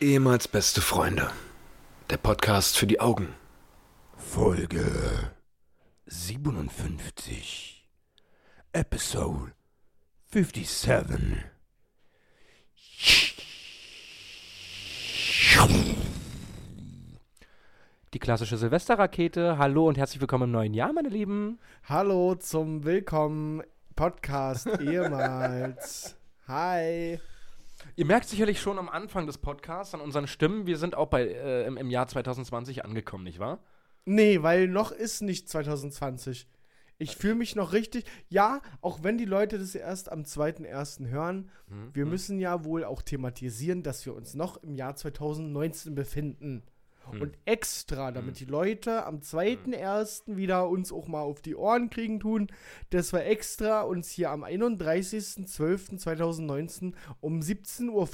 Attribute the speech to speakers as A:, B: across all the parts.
A: Ehemals beste Freunde. Der Podcast für die Augen.
B: Folge 57. Episode 57.
C: Die klassische Silvesterrakete. Hallo und herzlich willkommen im neuen Jahr, meine Lieben.
D: Hallo zum Willkommen Podcast ehemals. Hi.
C: Ihr merkt sicherlich schon am Anfang des Podcasts an unseren Stimmen, wir sind auch bei, äh, im, im Jahr 2020 angekommen, nicht wahr?
D: Nee, weil noch ist nicht 2020. Ich fühle mich noch richtig. Ja, auch wenn die Leute das erst am 2.1. hören, wir müssen ja wohl auch thematisieren, dass wir uns noch im Jahr 2019 befinden. Und extra, damit die Leute am 2.1. wieder uns auch mal auf die Ohren kriegen tun, dass wir extra uns hier am 31.12.2019 um 17.15 Uhr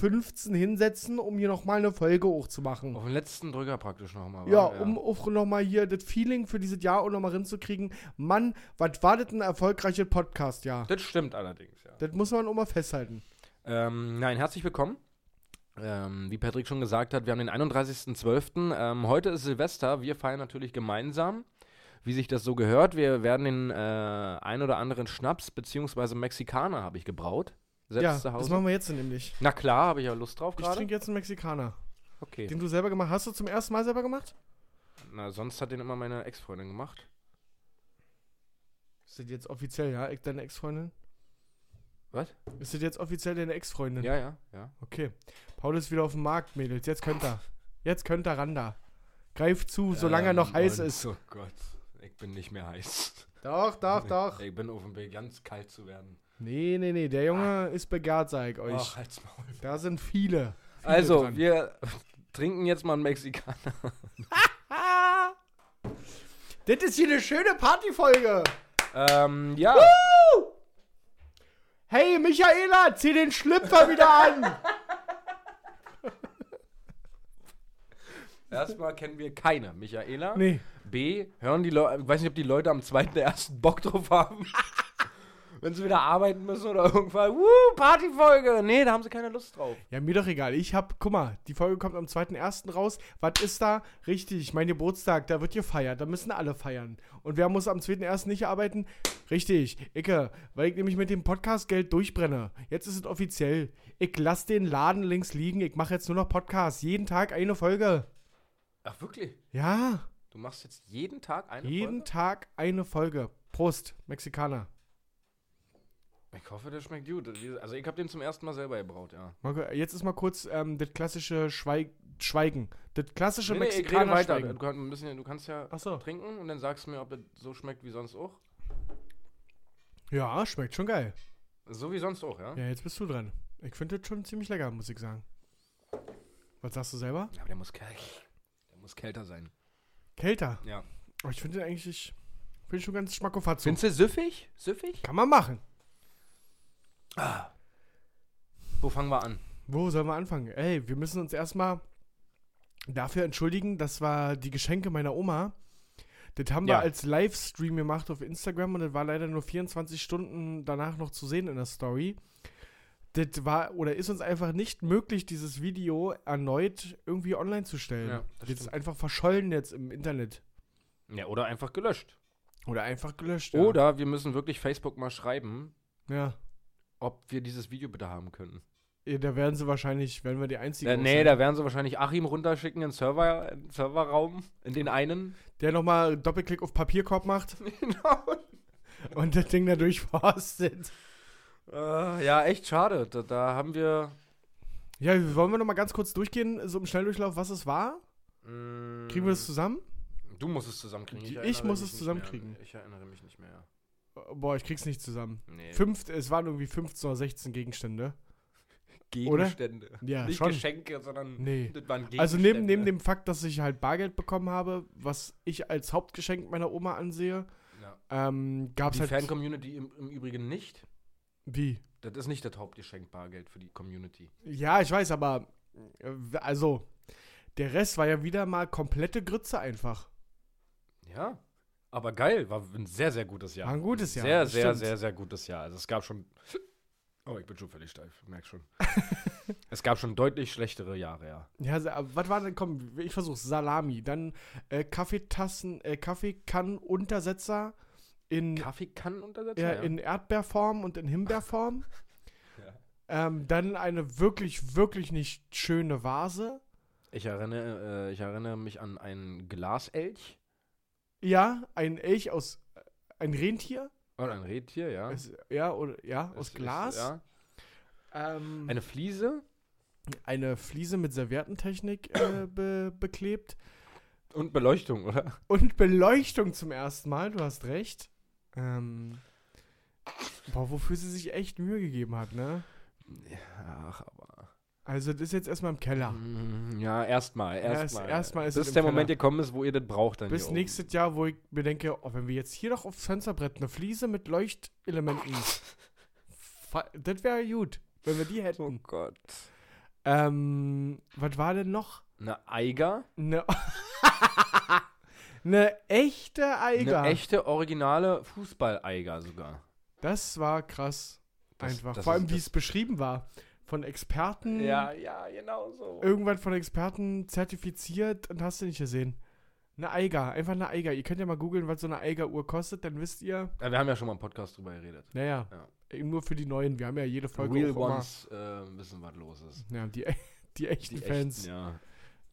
D: hinsetzen, um hier nochmal eine Folge hochzumachen.
C: Auf den letzten Drücker praktisch nochmal.
D: Ja, um auch nochmal hier das Feeling für dieses Jahr auch nochmal hinzukriegen. Mann, was war das ein erfolgreiches Podcast-Jahr?
C: Das stimmt allerdings, ja.
D: Das muss man auch mal festhalten.
C: Ähm, nein, herzlich willkommen. Ähm, wie Patrick schon gesagt hat, wir haben den 31.12. Ähm, heute ist Silvester. Wir feiern natürlich gemeinsam, wie sich das so gehört. Wir werden den äh, ein oder anderen Schnaps beziehungsweise Mexikaner habe ich gebraut. Selbst
D: ja,
C: zu
D: das
C: Hause.
D: machen wir jetzt nämlich.
C: Na klar, habe ich ja Lust drauf
D: Ich
C: gerade.
D: trinke jetzt einen Mexikaner,
C: Okay.
D: den du selber gemacht hast. Hast du zum ersten Mal selber gemacht?
C: Na, sonst hat den immer meine Ex-Freundin gemacht.
D: Ist das jetzt offiziell, ja? Deine Ex-Freundin?
C: Was?
D: Ist das jetzt offiziell deine Ex-Freundin?
C: Ja, ja, ja.
D: Okay. Paul ist wieder auf dem Markt, Mädels. Jetzt könnt er. Jetzt könnt er ran da. Greift zu, solange er noch heiß ist.
C: Oh Gott, ich bin nicht mehr heiß.
D: Doch, doch, doch.
C: Ich bin auf dem Weg, ganz kalt zu werden.
D: Nee, nee, nee. Der Junge ist begehrt, sag ich euch.
C: Ach, halt's Maul.
D: Da sind viele. viele
C: Also,
D: dran.
C: wir trinken jetzt mal einen Mexikaner.
D: Das ist hier eine schöne Partyfolge.
C: Ähm, ja.
D: Hey, Michaela, zieh den Schlüpfer wieder an.
C: Erstmal kennen wir keine Michaela.
D: Nee.
C: B, hören die Leute, ich weiß nicht, ob die Leute am 2.1. Bock drauf haben. Wenn sie wieder arbeiten müssen oder irgendwann. Wuh, Partyfolge. Nee, da haben sie keine Lust drauf.
D: Ja, mir doch egal. Ich hab, guck mal, die Folge kommt am 2.1. raus. Was ist da? Richtig, mein Geburtstag, da wird gefeiert. Da müssen alle feiern. Und wer muss am 2.1. nicht arbeiten? Richtig, Icke, weil ich nämlich mit dem Podcast Geld durchbrenne. Jetzt ist es offiziell. Ich lass den Laden links liegen. Ich mache jetzt nur noch Podcasts. Jeden Tag eine Folge.
C: Ach, wirklich?
D: Ja,
C: Du machst jetzt jeden Tag eine
D: jeden
C: Folge?
D: Tag eine Folge. Prost, Mexikaner.
C: Ich hoffe, der schmeckt gut. Also ich habe den zum ersten Mal selber gebraut, ja.
D: Marco, jetzt ist mal kurz ähm, das klassische Schweig Schweigen. Das klassische
C: Nee, nee, ich rede
D: Mexikaner
C: weiter. Du,
D: Schweigen.
C: kann- ein bisschen, du kannst ja
D: Ach so.
C: trinken und dann sagst du mir, ob das so schmeckt wie sonst auch.
D: Ja, schmeckt schon geil.
C: So wie sonst auch, ja?
D: Ja, jetzt bist du dran. Ich finde das schon ziemlich lecker, muss ich sagen. Was sagst du selber?
C: Ja, aber der muss, käl- der muss kälter sein.
D: Kälter.
C: Ja.
D: Aber ich finde den eigentlich ich find schon ganz schmackofatzo.
C: Findest du süffig? Süffig?
D: Kann man machen.
C: Wo fangen wir an?
D: Wo sollen wir anfangen? Ey, wir müssen uns erstmal dafür entschuldigen, das war die Geschenke meiner Oma. Das haben wir
C: Ja.
D: als Livestream gemacht auf Instagram und das war leider nur 24 Stunden danach noch zu sehen in der Story. Das war oder ist uns einfach nicht möglich, dieses Video erneut irgendwie online zu stellen.
C: Ja, das
D: das ist
C: stimmt.
D: einfach verschollen jetzt im Internet.
C: Ja, oder einfach gelöscht.
D: Oder einfach gelöscht.
C: Oder wir müssen wirklich Facebook mal schreiben,
D: Ja.
C: ob wir dieses Video bitte haben könnten.
D: ja. Da werden sie wahrscheinlich, wenn wir die einzigen
C: Äh,
D: auch
C: nee,
D: sind,
C: da werden sie wahrscheinlich Achim runterschicken in den Server, in den Serverraum, in den einen.
D: der nochmal Doppelklick auf Papierkorb macht
C: genau.
D: und das Ding da durchforstet.
C: Äh, ja, echt schade. Da, da haben wir.
D: Ja, wollen wir nochmal ganz kurz durchgehen, so im Schnelldurchlauf, was es war?
C: mm,
D: Kriegen wir das zusammen?
C: Du musst es zusammenkriegen.
D: Die- ich
C: erinnere
D: muss
C: mich
D: es
C: nicht
D: zusammenkriegen.
C: Mehr. Ich erinnere mich nicht mehr.
D: Boah, ich krieg's nicht zusammen.
C: Nee.
D: Fünf, es waren irgendwie 15 oder 16 Gegenstände. oder?
C: Gegenstände.
D: Ja,
C: nicht
D: schon.
C: Geschenke, sondern.
D: Nee.
C: Das waren Gegenstände.
D: Also neben,
C: ne?
D: neben dem Fakt, dass ich halt Bargeld bekommen habe, was ich als Hauptgeschenk meiner Oma ansehe,
C: Ja.
D: ähm, gab's
C: Die
D: halt...
C: Fan-Community im, im Übrigen nicht.
D: wie?
C: Das ist nicht das Hauptgeschenk Bargeld für die Community.
D: Ja, ich weiß, aber... äh, Also, der Rest war ja wieder mal komplette Grütze einfach.
C: Ja. Aber geil, war ein sehr, sehr gutes Jahr.
D: War ein gutes Jahr,
C: Sehr,
D: das
C: sehr,
D: stimmt.
C: sehr, sehr gutes Jahr. Also es gab schon Oh, ich bin schon völlig steif, ich merk schon. es gab schon deutlich schlechtere Jahre, ja.
D: Ja, sa- aber was war denn? Komm, ich versuch's. Salami, dann äh, Kaffeetassen, äh, Kaffeekannenuntersetzer in,
C: Kaffee kann untersetzen?
D: ja, in Erdbeerform und in Himbeerform. ähm, dann eine wirklich, wirklich nicht schöne Vase.
C: Ich, erinnere, äh, ich erinnere mich an einen Glaselch
D: Ja, ein Elch aus. äh, Ein Rentier.
C: oder äh, ein Rentier, ja.
D: Es, ja, oder, ja
C: Es
D: aus
C: ist-
D: Glas.
C: ja.
D: ähm,
C: Eine Fliese
D: eine Fliese mit Servietentechnik äh, be beklebt.
C: und Beleuchtung, oder?
D: Und Beleuchtung zum ersten Mal, du hast recht. Ähm, boah, wofür sie sich echt Mühe gegeben hat, ne?
C: Ach, aber.
D: Also das ist jetzt erstmal im Keller.
C: Mm, Ja, erstmal,
D: Erst-
C: erstmal.
D: erstmal ist
C: Bis
D: es im
C: der Moment
D: Keller.
C: gekommen ist, wo ihr das braucht, dann
D: Bis
C: hier
D: nächstes Jahr, wo ich mir denke, oh, wenn wir jetzt hier doch aufs Fensterbrett eine Fliese mit Leuchtelementen. Fa- das wäre gut, wenn wir die
C: oben.
D: hätten.
C: Oh Gott.
D: Ähm, was war denn noch? Ne
C: Eine Eiger.
D: Eine, eine Ne echte Eiger.
C: Eine echte, originale Fußball-Eiger sogar.
D: Das war krass.
C: Das-
D: Einfach.
C: das
D: Vor
C: ist-
D: allem, wie
C: das-
D: es beschrieben war. Von Experten.
C: ja, genau so.
D: Irgendwann von Experten zertifiziert und hast du nicht gesehen. Eine Eiger, einfach eine Eiger. Ihr könnt ja mal googeln, was so eine Eiger-Uhr kostet, dann wisst ihr.
C: Ja, wir haben ja schon mal im Podcast drüber geredet.
D: Naja,
C: Ja.
D: eben nur für die Neuen. Wir haben ja jede Folge
C: Real
D: auch immer-
C: Ones äh, wissen, was los ist.
D: Ja, die, die echten Fans
C: echten, ja.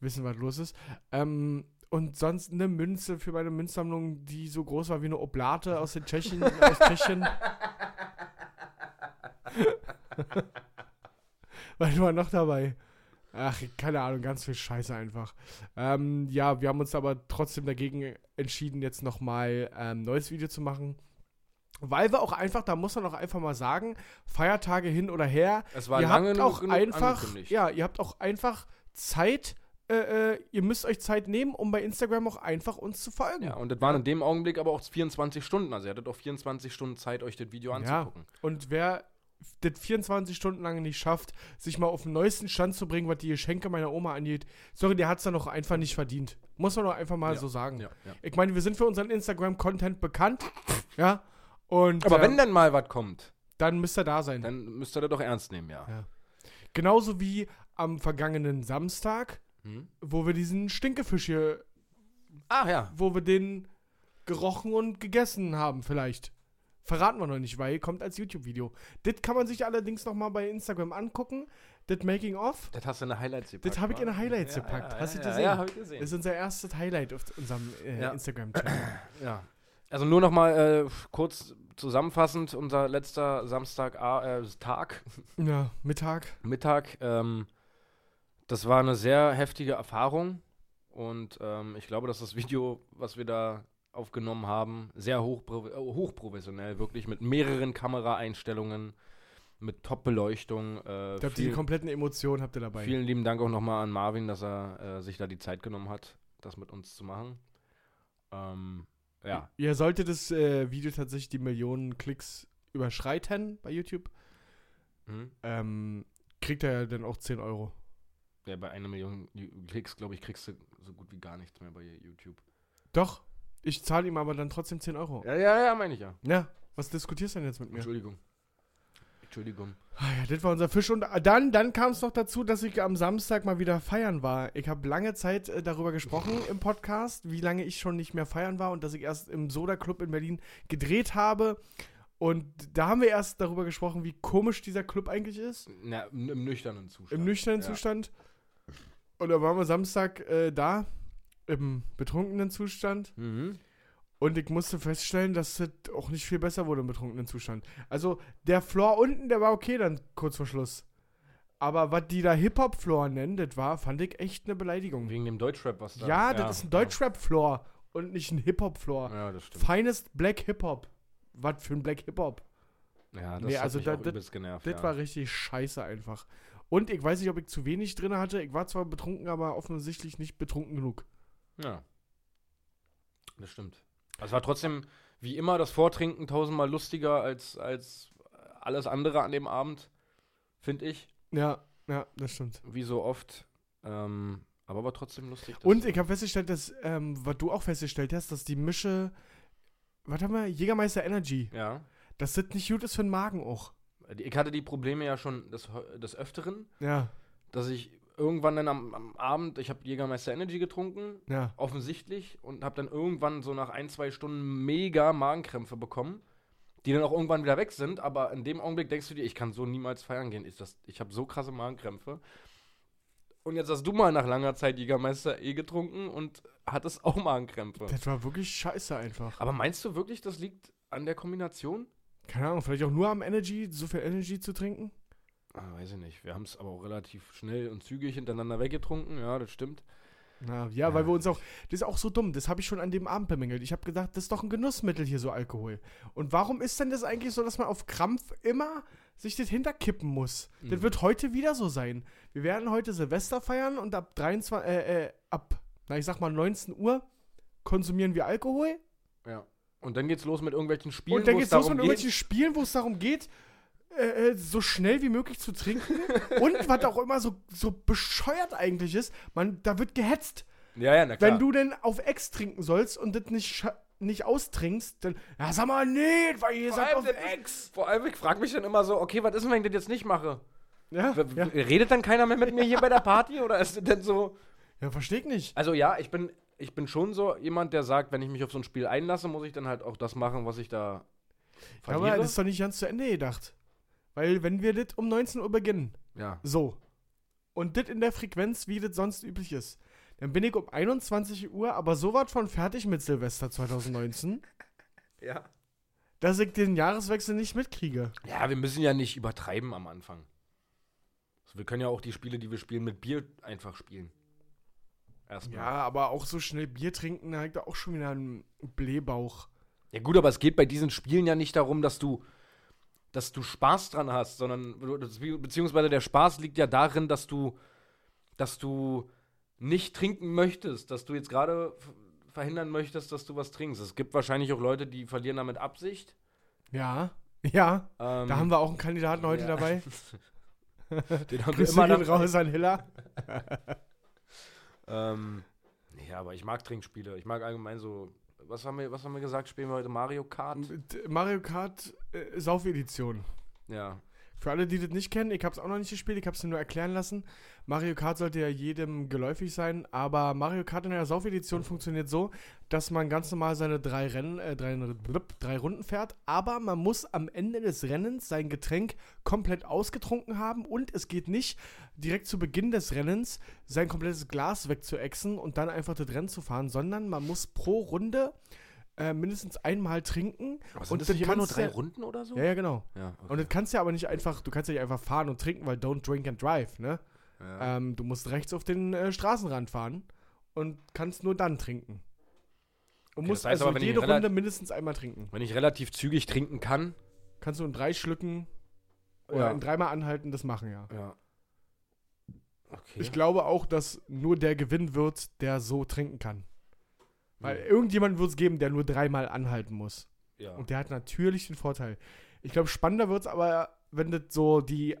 D: wissen, was los ist. Ähm, und sonst eine Münze für meine Münzsammlung, die so groß war wie eine Oblate aus den Tschechien. aus Tschechien. Was war noch dabei? Ach, keine Ahnung, ganz viel Scheiße einfach. Ähm, ja, wir haben uns aber trotzdem dagegen entschieden, jetzt nochmal ein ähm, neues Video zu machen. Weil wir auch einfach, da muss man auch einfach mal sagen, Feiertage hin oder her,
C: Es war
D: ihr
C: lange
D: habt
C: genug-
D: auch
C: genug
D: einfach,
C: angekündigt.
D: ja, ihr habt auch einfach Zeit. Äh, äh, ihr müsst euch Zeit nehmen, um bei Instagram auch einfach uns zu folgen.
C: Ja, und das waren in dem Augenblick aber auch 24 Stunden. Also ihr hattet auch 24 Stunden Zeit, euch das Video anzugucken.
D: Und wer das 24 Stunden lang nicht schafft, sich mal auf den neuesten Stand zu bringen, was die Geschenke meiner Oma angeht, sorry, der hat es dann auch einfach nicht verdient. Muss man doch einfach mal
C: Ja,
D: so sagen.
C: Ja, ja.
D: Ich meine, wir sind für unseren Instagram-Content bekannt. ja. Und
C: Aber
D: äh,
C: wenn dann mal was kommt,
D: dann müsst ihr da sein.
C: dann müsst ihr das doch ernst nehmen, ja.
D: Ja. Genauso wie am vergangenen Samstag,
C: Hm?
D: wo wir diesen Stinkefisch hier
C: Ach Ah, ja.
D: wo wir den gerochen und gegessen haben, vielleicht. Verraten wir noch nicht, weil kommt als YouTube-Video. Das kann man sich allerdings nochmal bei Instagram angucken. Das Making of.
C: Das hast du in die Highlights gepackt.
D: Das habe ich in
C: wa?
D: die Highlights
C: Ja,
D: gepackt.
C: ja,
D: Hast du
C: ja,
D: das
C: Ja,
D: gesehen?
C: habe ich gesehen.
D: das ist unser erstes Highlight auf unserem äh,
C: Ja.
D: Instagram-Channel.
C: ja. Also nur noch mal äh, kurz zusammenfassend, unser letzter Samstag äh, Tag,
D: ja, Mittag.
C: Also Mittag, ähm, das war eine sehr heftige Erfahrung und ähm, ich glaube, dass das Video, was wir da aufgenommen haben, sehr hochpro äh, hochprofessionell, wirklich mit mehreren Kameraeinstellungen, mit Top-Beleuchtung. Äh,
D: Ich glaube, die
C: viel-
D: kompletten Emotionen habt ihr dabei.
C: Vielen lieben Dank auch nochmal an Marvin, dass er äh, sich da die Zeit genommen hat, das mit uns zu machen. Ähm, ja,
D: Ihr solltet das äh, Video tatsächlich die Millionen Klicks überschreiten bei YouTube.
C: hm?
D: Ähm, kriegt er dann auch 10 Euro.
C: ja bei einer Million Ju- Klicks, glaube ich, kriegst du so gut wie gar nichts mehr bei YouTube.
D: Doch, ich zahle ihm aber dann trotzdem 10 Euro.
C: Ja, ja, ja, meine ich ja.
D: Ja, was diskutierst du denn jetzt mit mir?
C: Entschuldigung. Entschuldigung.
D: Ah ja, das war unser Fisch. Und dann, dann kam es noch dazu, dass ich am Samstag mal wieder feiern war. Ich habe lange Zeit äh, darüber gesprochen im Podcast, wie lange ich schon nicht mehr feiern war und dass ich erst im Soda Club in Berlin gedreht habe. Und da haben wir erst darüber gesprochen, wie komisch dieser Club eigentlich ist.
C: Na, im, im nüchternen Zustand.
D: Im nüchternen
C: ja.
D: Zustand. Und da waren wir Samstag äh, da, im betrunkenen Zustand.
C: Mhm.
D: Und ich musste feststellen, dass das auch nicht viel besser wurde im betrunkenen Zustand. Also, der Floor unten, der war okay dann kurz vor Schluss. Aber was die da Hip-Hop-Floor nennen, das war, fand ich echt eine Beleidigung.
C: Wegen dem Deutschrap, was da
D: Ja, das ist ein Deutschrap-Floor und nicht ein Hip-Hop-Floor.
C: Ja, das stimmt.
D: Finest Black Hip-Hop. Was für ein Black Hip-Hop.
C: Ja, das
D: Nee,
C: hat
D: also
C: mich
D: da-
C: auch
D: das-
C: übelst genervt.
D: Das
C: ja.
D: war richtig scheiße einfach. Und ich weiß nicht, ob ich zu wenig drin hatte. Ich war zwar betrunken, aber offensichtlich nicht betrunken genug.
C: Ja. Das stimmt. Also es war trotzdem, wie immer, das Vortrinken tausendmal lustiger als, als alles andere an dem Abend, finde ich,
D: Ja, ja, das stimmt.
C: wie so oft. Ähm, aber war trotzdem lustig. dass-
D: Und ich habe festgestellt, dass, ähm, was du auch festgestellt hast, dass die Mische, was haben wir, Jägermeister Energy,
C: Ja,
D: dass das nicht gut ist für den Magen auch.
C: Ich hatte die Probleme ja schon des, des Öfteren,
D: Ja,
C: dass ich irgendwann dann am, am Abend, ich habe Jägermeister Energy getrunken,
D: ja.
C: offensichtlich, und habe dann irgendwann so nach ein, zwei Stunden mega Magenkrämpfe bekommen, die dann auch irgendwann wieder weg sind. Aber in dem Augenblick denkst du dir, ich kann so niemals feiern gehen. Ich, das- ich habe so krasse Magenkrämpfe. Und jetzt hast du mal nach langer Zeit Jägermeister E getrunken und hattest auch Magenkrämpfe.
D: Das war wirklich scheiße einfach.
C: Aber meinst du wirklich, das liegt an der Kombination?
D: Keine Ahnung, vielleicht auch nur am Energy, so viel Energy zu trinken?
C: Ah, weiß ich nicht. Wir haben es aber auch relativ schnell und zügig hintereinander weggetrunken. Ja, das stimmt.
D: Na, ja, weil wir uns auch. Das ist auch so dumm. Das habe ich schon an dem Abend bemängelt. Ich habe gedacht, das ist doch ein Genussmittel hier, so Alkohol. Und warum ist denn das eigentlich so, dass man auf Krampf immer sich das hinterkippen muss? Das
C: Mhm.
D: wird heute wieder so sein. Wir werden heute Silvester feiern und ab 23. Äh, äh, ab, na, ich sag mal 19 Uhr konsumieren wir Alkohol.
C: Ja. Und dann geht's los mit irgendwelchen Spielen.
D: und dann
C: wo es
D: geht's los
C: darum
D: mit irgendwelchen Spielen, wo es darum geht, äh, äh, so schnell wie möglich zu trinken. und was auch immer so, so bescheuert eigentlich ist, man, da wird gehetzt.
C: Ja, ja, na klar.
D: Wenn du denn auf Ex trinken sollst und das nicht, scha- nicht austrinkst, dann, ja, sag mal, nee, weil ihr
C: vor
D: seid
C: allem,
D: auf
C: das
D: Ex.
C: ist, vor allem, ich frage mich dann immer so, okay, was ist denn, wenn ich das jetzt nicht mache?
D: Ja,
C: W-
D: ja.
C: w- Redet dann keiner mehr mit mir hier bei der Party? Oder ist das denn so?
D: ja, versteh ich nicht.
C: Also ja, ich bin, ich bin schon so jemand, der sagt, wenn ich mich auf so ein Spiel einlasse, muss ich dann halt auch das machen, was ich da
D: Ja, aber
C: verliere.
D: das ist doch nicht ganz zu Ende gedacht. Weil, wenn wir das um 19 Uhr beginnen,
C: Ja,
D: so, und das in der Frequenz, wie das sonst üblich ist, dann bin ich um 21 Uhr aber so weit von fertig mit Silvester 2019,
C: ja.
D: dass ich den Jahreswechsel nicht mitkriege.
C: Ja, wir müssen ja nicht übertreiben am Anfang. Also, wir können ja auch die Spiele, die wir spielen, mit Bier einfach spielen. Erstmal.
D: Ja, aber auch so schnell Bier trinken, da habe ich da auch schon wieder einen Blähbauch.
C: Ja gut, aber es geht bei diesen Spielen ja nicht darum, dass du, dass du Spaß dran hast, sondern beziehungsweise der Spaß liegt ja darin, dass du, dass du nicht trinken möchtest, dass du jetzt gerade f- verhindern möchtest, dass du was trinkst. Es gibt wahrscheinlich auch Leute, die verlieren damit Absicht.
D: Ja, ja.
C: Ähm,
D: Da haben wir auch einen Kandidaten heute
C: ja.
D: dabei.
C: den haben wir
D: Grüße
C: immer
D: gehen
C: noch.
D: raus an Hiller.
C: Ähm, ja, aber ich mag Trinkspiele. Ich mag allgemein so. Was haben wir, was haben wir gesagt? Spielen wir heute Mario Kart?
D: D- Mario Kart äh, Saufedition.
C: Ja.
D: Für alle, die das nicht kennen, ich habe es auch noch nicht gespielt, ich habe es nur erklären lassen. Mario Kart sollte ja jedem geläufig sein, aber Mario Kart in der Saufedition funktioniert so, dass man ganz normal seine drei Rennen, äh, drei, blub, drei Runden fährt, aber man muss am Ende des Rennens sein Getränk komplett ausgetrunken haben und es geht nicht, direkt zu Beginn des Rennens sein komplettes Glas wegzuexen und dann einfach das Rennen zu fahren, sondern man muss pro Runde äh, mindestens einmal trinken.
C: Aber
D: Und das kannst du-
C: Runden oder so?
D: Ja, ja, genau.
C: Ja, okay.
D: Und das kannst du ja aber nicht einfach, du kannst ja nicht einfach fahren und trinken, weil don't drink and drive, ne?
C: ja.
D: Ähm, du musst rechts auf den äh, Straßenrand fahren und kannst nur dann trinken. Und
C: Okay,
D: musst
C: das heißt
D: also
C: aber, wenn ich
D: jede
C: rela-
D: Runde mindestens einmal trinken.
C: Wenn ich relativ zügig trinken kann,
D: Kannst du in drei Schlücken
C: Ja.
D: oder in dreimal anhalten, das machen ja.
C: Ja. Okay.
D: Ich glaube auch, dass nur der gewinnen wird, der so trinken kann. Weil
C: Hm.
D: irgendjemand wird es geben, der nur dreimal anhalten muss.
C: ja.
D: Und der hat natürlich den Vorteil. Ich glaube, spannender wird es aber, wenn das so die.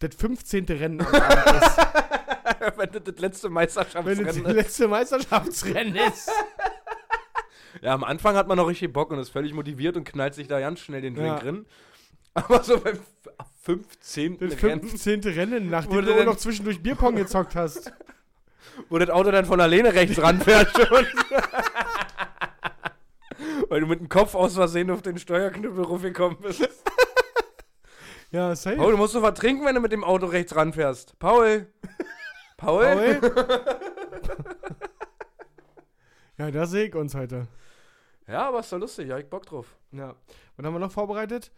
D: Das 15. Rennen am Abend ist.
C: Wenn das, das letzte
D: Wenn es
C: Meisterschaftsrennen
D: das letzte Meisterschaftsrennen ist.
C: Ja, am Anfang hat man noch richtig Bock und ist völlig motiviert und knallt sich da ganz schnell den Drink
D: Ja.
C: drin. Aber so beim f- 15.
D: Das
C: Rennen,
D: 15. Rennen, nachdem
C: Wurde
D: du auch
C: denn-
D: noch zwischendurch Bierpong gezockt hast.
C: wo das Auto dann von alleine rechts ranfährt schon. Weil du mit dem Kopf aus Versehen auf den Steuerknüppel raufgekommen bist.
D: Ja, safe.
C: Paul, du musst doch was trinken, wenn du mit dem Auto rechts ranfährst. Paul! Paul?
D: ja, da sehe ich uns heute.
C: Ja, aber ist doch lustig, ja, ich Bock drauf.
D: Ja. Was haben wir noch vorbereitet?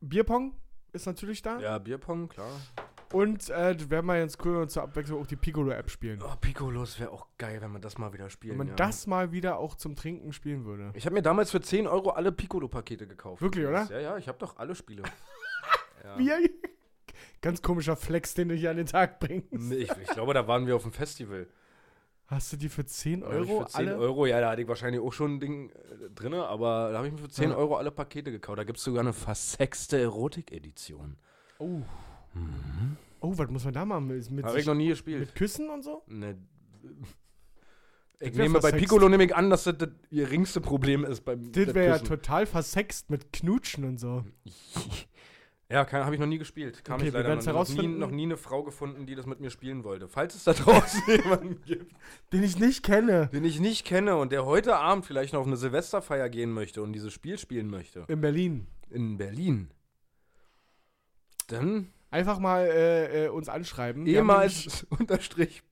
D: Bierpong ist natürlich da.
C: Ja, Bierpong, klar.
D: Und äh, das wäre mal ganz cool, wenn wir zur Abwechslung auch die Piccolo-App spielen.
C: Oh, Piccolos wäre auch geil, wenn man das mal wieder spielen
D: Wenn man
C: ja.
D: das mal wieder auch zum Trinken spielen würde.
C: Ich habe mir damals für 10 Euro alle Piccolo-Pakete gekauft.
D: Wirklich, oder?
C: Ja, ja, ich habe doch alle Spiele. ja.
D: Bier. Ganz komischer Flex, den du hier an den Tag bringst.
C: Nee, Ich, ich glaube, da waren wir auf dem Festival.
D: Hast du die für 10
C: Da hab ich
D: Euro
C: für 10
D: alle?
C: Euro, ja, da hatte ich wahrscheinlich auch schon ein Ding äh, drin, aber da habe ich mir für 10
D: Ja.
C: Euro alle Pakete gekauft. Da gibt es sogar eine versexte Erotik-Edition.
D: Oh. Oh, was muss man da machen? Mit, mit,
C: Habe Mhm. ich
D: sich,
C: noch nie gespielt.
D: mit Küssen und so?
C: Ne, ich
D: Das wär
C: nehme bei
D: versext.
C: Piccolo nehme ich an, dass das das ihr ringste Problem ist beim
D: Das
C: beim
D: wäre ja
C: Küssen.
D: Mhm. total versext mit Knutschen und so.
C: Ja, habe ich noch nie gespielt. Kam
D: Okay,
C: ich
D: wir
C: leider noch,
D: werden's
C: nie- noch, nie,
D: herausfinden.
C: noch nie eine Frau gefunden, die das mit mir spielen wollte. Falls es da draußen jemanden gibt,
D: Den ich nicht kenne.
C: den ich nicht kenne und der heute Abend vielleicht noch auf eine Silvesterfeier gehen möchte und dieses Spiel spielen möchte.
D: In Berlin.
C: In Berlin. Dann
D: Einfach mal äh, äh, uns anschreiben. Wir haben nämlich-
C: ehemals unterstrich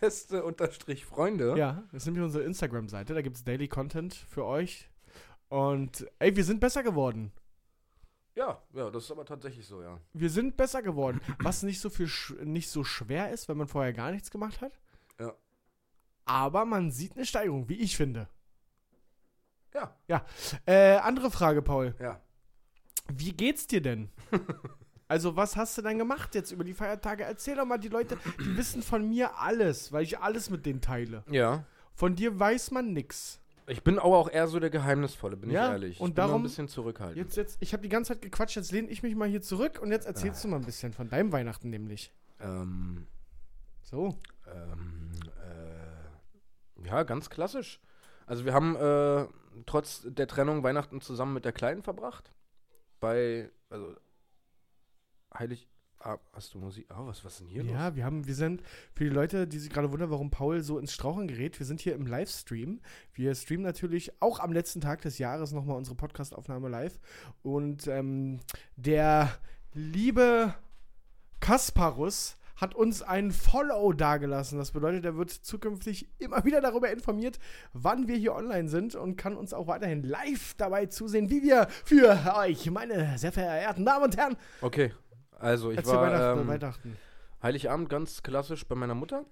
C: beste unterstrich Freunde.
D: Ja, das ist nämlich unsere Instagram-Seite. Da gibt es Daily Content für euch. Und ey, wir sind besser geworden.
C: ja, ja, das ist aber tatsächlich so, ja.
D: Wir sind besser geworden. Was nicht so, viel sch nicht so schwer ist, wenn man vorher gar nichts gemacht hat.
C: Ja.
D: Aber man sieht eine Steigerung, wie ich finde.
C: Ja,
D: Äh, andere Frage, Paul.
C: ja.
D: Wie geht's dir denn? Also, was hast du denn gemacht jetzt über die Feiertage? Erzähl doch mal, die Leute, die wissen von mir alles, weil ich alles mit denen teile.
C: Ja.
D: Von dir weiß man nix.
C: Ich bin aber auch eher so der Geheimnisvolle, bin
D: Ja,
C: ich ehrlich.
D: und
C: ich bin noch
D: darum-
C: ein bisschen zurückhaltend.
D: Jetzt, jetzt, ich habe die ganze Zeit gequatscht, jetzt lehne ich mich mal hier zurück und jetzt erzählst du mal ein bisschen von deinem Weihnachten nämlich.
C: Ähm,
D: So.
C: Ähm, äh, ja, ganz klassisch. Also wir haben äh, trotz der Trennung Weihnachten zusammen mit der Kleinen verbracht. Bei, also Heilig. Ah, hast du Musik? Ah, was, was ist denn hier los?
D: Ja, wir haben, wir sind, für die Leute, die sich gerade wundern, warum Paul so ins Strauchen gerät, wir sind hier im Livestream. Wir streamen natürlich auch am letzten Tag des Jahres nochmal unsere Podcast-Aufnahme live. Und ähm, der liebe Kasparus hat uns einen Follow dagelassen. Das bedeutet, er wird zukünftig immer wieder darüber informiert, wann wir hier online sind und kann uns auch weiterhin live dabei zusehen, wie wir für euch, meine sehr verehrten Damen und Herren,
C: Okay, also ich
D: erzähl
C: war
D: Weihnachten,
C: ähm,
D: Weihnachten.
C: Heiligabend ganz klassisch bei meiner Mutter.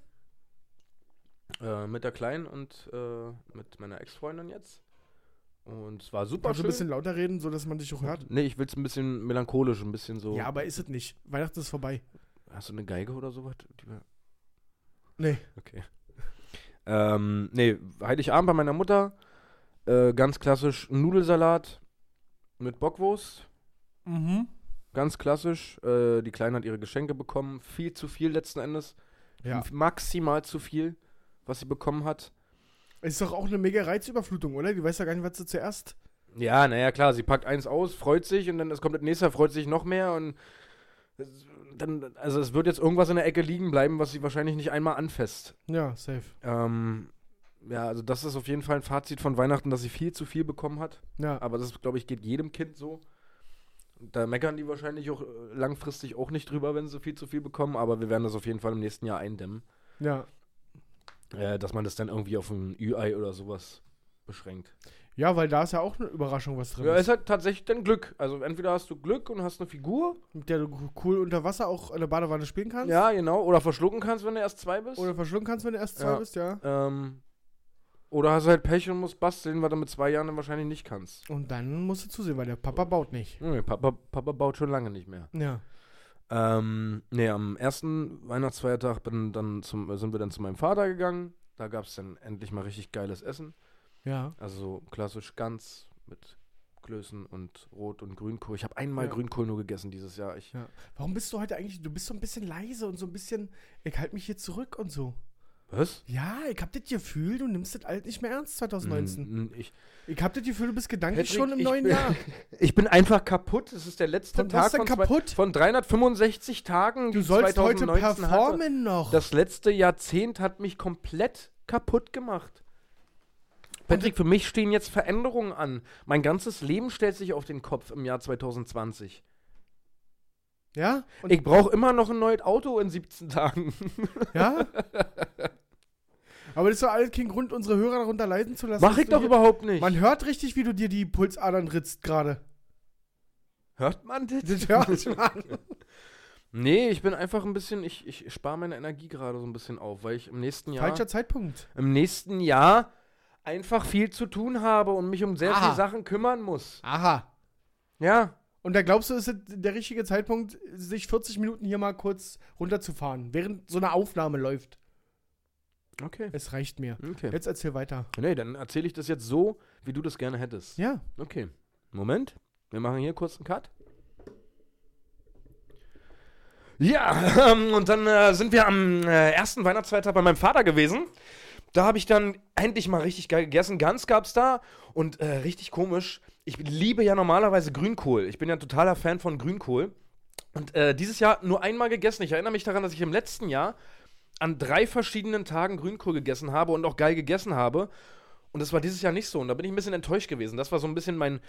C: Äh, mit der Kleinen und äh, mit meiner Ex-Freundin jetzt. Und es war super
D: Kannst du
C: schön.
D: Also ein bisschen lauter reden, sodass man dich auch hört?
C: nee, ich will es ein bisschen melancholisch, ein bisschen so.
D: Ja, aber ist es nicht. Weihnachten ist vorbei.
C: Hast du eine Geige oder sowas? Die wir-
D: Nee.
C: Okay. Ähm, nee, Heiligabend bei meiner Mutter. Äh, ganz klassisch Nudelsalat mit Bockwurst.
D: Mhm.
C: Ganz klassisch. Äh, die Kleine hat ihre Geschenke bekommen. Viel zu viel letzten Endes.
D: Ja.
C: M- Maximal zu viel, was sie bekommen hat.
D: Ist doch auch eine mega Reizüberflutung, oder? Die weiß ja gar nicht, was sie zuerst.
C: Ja, naja, klar, sie packt eins aus, freut sich und dann es kommt das nächste, freut sich noch mehr und es- dann, also es wird jetzt irgendwas in der Ecke liegen bleiben, was sie wahrscheinlich nicht einmal anfasst.
D: Ja, safe.
C: Ähm, ja, also das ist auf jeden Fall ein Fazit von Weihnachten, dass sie viel zu viel bekommen hat.
D: Ja.
C: Aber das, glaube ich, geht jedem Kind so. Da meckern die wahrscheinlich auch äh, langfristig auch nicht drüber, wenn sie viel zu viel bekommen. Aber wir werden das auf jeden Fall im nächsten Jahr eindämmen.
D: Ja.
C: Äh, dass man das dann irgendwie auf ein Ü-Ei oder sowas beschränkt.
D: Ja, weil da ist ja auch eine Überraschung was drin,
C: Ja,
D: ist,
C: ist halt tatsächlich dann Glück. Also entweder hast du Glück und hast eine Figur.
D: mit der du cool unter Wasser auch in der Badewanne spielen kannst.
C: Ja, genau. Oder verschlucken kannst, wenn du erst zwei bist.
D: Oder verschlucken kannst, wenn du erst zwei
C: Ja.
D: bist, ja.
C: ähm, oder hast halt Pech und musst basteln, was du mit zwei Jahren dann wahrscheinlich nicht kannst.
D: Und dann musst du zusehen, weil der Papa baut nicht.
C: Nee, Papa, Papa baut schon lange nicht mehr.
D: Ja.
C: Ähm, nee, am ersten Weihnachtsfeiertag bin dann zum, sind wir dann zu meinem Vater gegangen. Da gab es dann endlich mal richtig geiles Essen.
D: Ja.
C: Also so klassisch Gans mit Klößen und Rot- und Grünkohl. Ich habe einmal
D: Ja.
C: Grünkohl nur gegessen dieses Jahr. Ich,
D: Warum bist du heute eigentlich, du bist so ein bisschen leise und so ein bisschen, ich halte mich hier zurück und so.
C: was?
D: Ja, ich hab das Gefühl, du nimmst das alt nicht mehr ernst 2019.
C: Mm, mm, Ich,
D: Ich hab das Gefühl, du bist gedanklich
C: Patrick,
D: schon im
C: ich
D: neuen
C: bin-
D: Jahr.
C: ich bin einfach kaputt. Es ist der letzte
D: Von was
C: Tag
D: denn
C: von, zwei-
D: kaputt?
C: von 365 Tagen.
D: Du
C: die
D: sollst heute
C: 2019 hatte.
D: performen noch.
C: Das letzte Jahrzehnt hat mich komplett kaputt gemacht. Patrick, für mich stehen jetzt Veränderungen an. Mein ganzes Leben stellt sich auf den Kopf im Jahr 2020.
D: ja? Und,
C: ich brauche immer noch ein neues Auto in 17 Tagen.
D: ja? Aber das ist doch alles kein Grund, unsere Hörer darunter leiden zu lassen.
C: Mach
D: dass
C: ich
D: du
C: doch
D: hier-
C: überhaupt nicht.
D: Man hört richtig, wie du dir die Pulsadern ritzt gerade.
C: hört man
D: Das hört man.
C: Nee, ich bin einfach ein bisschen, ich, ich spare meine Energie gerade so ein bisschen auf, weil ich im nächsten Jahr,
D: Falscher Zeitpunkt.
C: im nächsten Jahr einfach viel zu tun habe und mich um sehr
D: Aha.
C: viele Sachen kümmern muss.
D: Aha.
C: Ja.
D: Und da glaubst du, ist es der richtige Zeitpunkt, sich 40 Minuten hier mal kurz runterzufahren, während so eine Aufnahme läuft.
C: Okay.
D: Es reicht mir.
C: Okay.
D: Jetzt erzähl weiter.
C: Nee, dann erzähle ich das jetzt so, wie du das gerne hättest.
D: Ja.
C: Okay. Moment. Wir machen hier kurz einen Cut. Ja, ähm, und dann äh, sind wir am äh, ersten Weihnachtsfeiertag bei meinem Vater gewesen. Da habe ich dann endlich mal richtig geil gegessen. Gans gab's da und äh, richtig komisch. Ich liebe ja normalerweise Grünkohl. Ich bin ja ein totaler Fan von Grünkohl. Und äh, dieses Jahr nur einmal gegessen. Ich erinnere mich daran, dass ich im letzten Jahr an drei verschiedenen Tagen Grünkohl gegessen habe und auch geil gegessen habe. Und das war dieses Jahr nicht so. Und da bin ich ein bisschen enttäuscht gewesen. Das war so ein bisschen mein,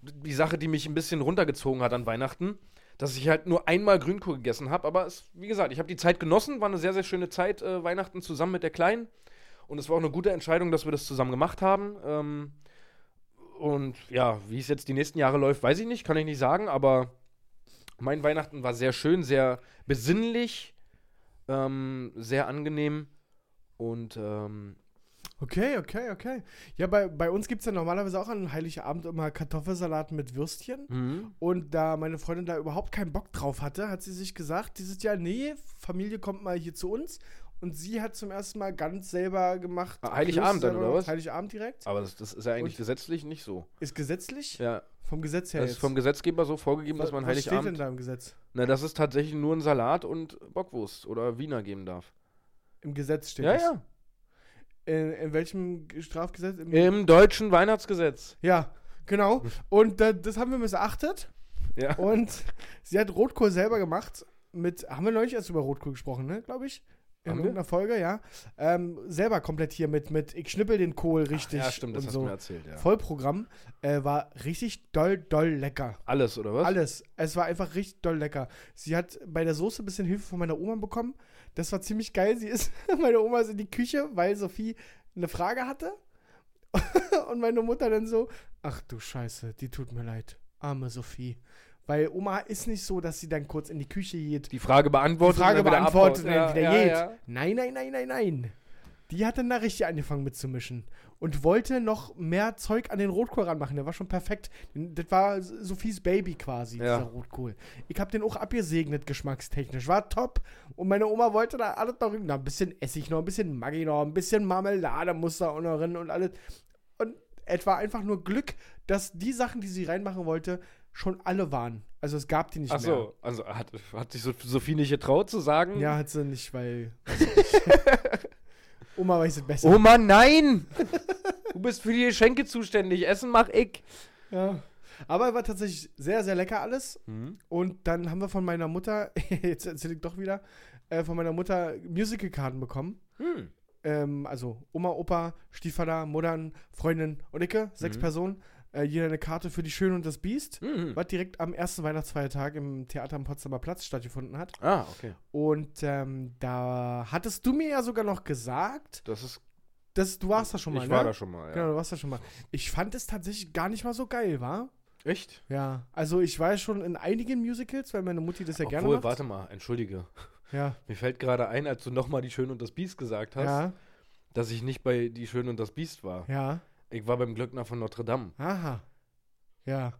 C: die Sache, die mich ein bisschen runtergezogen hat an Weihnachten. Dass ich halt nur einmal Grünkohl gegessen habe. Aber es, wie gesagt, ich habe die Zeit genossen. War eine sehr, sehr schöne Zeit, äh, Weihnachten zusammen mit der Kleinen. Und es war auch eine gute Entscheidung, dass wir das zusammen gemacht haben. Ähm, und ja, wie es jetzt die nächsten Jahre läuft, weiß ich nicht, kann ich nicht sagen. Aber mein Weihnachten war sehr schön, sehr besinnlich, ähm, sehr angenehm. Und ähm,
D: Okay, okay, okay. Ja, bei, bei uns gibt es ja normalerweise auch an Heiligabend immer Kartoffelsalat mit Würstchen.
C: Mhm.
D: Und da meine Freundin da überhaupt keinen Bock drauf hatte, hat sie sich gesagt, dieses Jahr, nee, Familie kommt mal hier zu uns. Und sie hat zum ersten Mal ganz selber gemacht.
C: Ah, Heiligabend dann,
D: Klöße
C: oder was?
D: Heiligabend direkt.
C: aber das, das ist ja eigentlich
D: Und-
C: gesetzlich nicht so.
D: Ist gesetzlich?
C: Ja,
D: Vom Gesetz her
C: das ist vom Gesetzgeber so vorgegeben, dass man
D: was steht denn
C: Heiligabend.
D: da im Gesetz?
C: Na, dass es tatsächlich nur einen Salat und Bockwurst oder Wiener geben darf.
D: Im Gesetz steht
C: Ja,
D: das.
C: ja.
D: In, in welchem G- Strafgesetz? Im-
C: Im deutschen Weihnachtsgesetz.
D: ja,
C: Mhm.
D: genau. Und da, das haben wir missachtet.
C: Ja.
D: Und sie hat Rotkohl selber gemacht. Mit, haben wir neulich erst über Rotkohl gesprochen, ne, glaube ich. In
C: Haben wir?
D: irgendeiner Folge, ja. Ähm, selber komplett hier mit, mit ich schnippel den Kohl richtig.
C: ja, stimmt, das
D: und
C: hast
D: so.
C: du mir erzählt, ja.
D: Vollprogramm. Äh, war richtig doll, doll lecker.
C: Alles, oder was?
D: Alles. Es war einfach richtig doll lecker. Sie hat bei der Soße ein bisschen Hilfe von meiner Oma bekommen. Das war ziemlich geil. Sie ist, meine Oma ist in die Küche, weil Sophie eine Frage hatte. Und meine Mutter dann so, ach du Scheiße, die tut mir leid. Arme Sophie. Weil Oma ist nicht so, dass sie dann kurz in die Küche geht,
C: Die Frage beantwortet.
D: die Frage
C: und dann wieder
D: beantwortet
C: abhaut.
D: und dann wieder
C: ja,
D: geht.
C: Ja, ja.
D: Nein, nein, nein, nein, nein. Die hat dann da richtig angefangen mitzumischen und wollte noch mehr Zeug an den Rotkohl ranmachen. Der war schon perfekt. Das war Sophies Baby quasi,
C: Ja.
D: dieser Rotkohl. Ich habe den auch abgesegnet, geschmackstechnisch. War top. Und meine Oma wollte da alles noch rein. Na, ein bisschen Essig noch, ein bisschen Maggi noch, ein bisschen Marmelade muss da auch noch rein und alles. Und es war einfach nur Glück, dass die Sachen, die sie reinmachen wollte, schon alle waren. Also es gab die nicht
C: Ach
D: mehr.
C: so, also hat, hat sich so- Sophie nicht getraut zu sagen.
D: Ja, hat sie nicht, weil. Weiß ich nicht. Oma weiß es besser.
C: Oh Mann, nein! du bist für die Geschenke zuständig. Essen mach ich.
D: Ja. Aber war tatsächlich sehr, sehr lecker alles. Und dann haben wir von meiner Mutter, jetzt erzähle ich doch wieder, äh, von meiner Mutter Musical-Karten bekommen.
C: Hm.
D: Ähm, also Oma, Opa, Stiefvater, Muttern, Freundin und Icke, sechs
C: Mhm.
D: Personen. Äh, jeder eine Karte für die Schöne und das Biest.
C: Mhm.
D: Was direkt am ersten Weihnachtsfeiertag im Theater am Potsdamer Platz stattgefunden hat.
C: Ah, okay.
D: Und ähm, da hattest du mir ja sogar noch gesagt,
C: Das ist.
D: dass du warst da schon mal,
C: ich
D: ne?
C: war da schon mal, ja.
D: Genau, du warst ja schon mal. Ich fand es tatsächlich gar nicht mal so geil, war?
C: Echt?
D: Ja. Also ich war ja schon in einigen Musicals, weil meine Mutti das ja gerne
C: Obwohl,
D: macht.
C: warte mal, entschuldige.
D: Ja.
C: Mir fällt gerade ein, als du nochmal die Schön und das Biest gesagt hast,
D: Ja.
C: dass ich nicht bei die Schön und das Biest war.
D: Ja.
C: Ich war beim Glöckner von Notre Dame.
D: Aha. Ja.